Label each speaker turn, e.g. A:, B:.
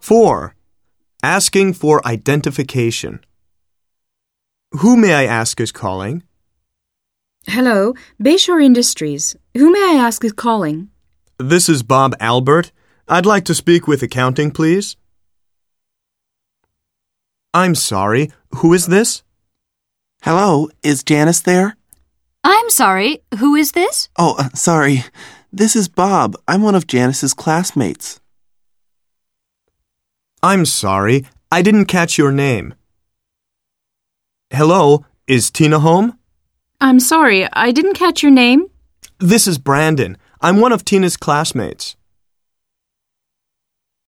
A: 4. Asking for identification. Who may I ask is calling?
B: Hello, Bayshore Industries. Who may I ask is calling?
A: This is Bob Albert. I'd like to speak with accounting, please. I'm sorry, who is this?
C: Hello, is Janice there?
D: I'm sorry, who is this?
C: Oh, uh, sorry. This is Bob. I'm one of Janice's classmates.
A: I'm sorry, I didn't catch your name. Hello, is Tina home?
B: I'm sorry, I didn't catch your name.
A: This is Brandon. I'm one of Tina's classmates.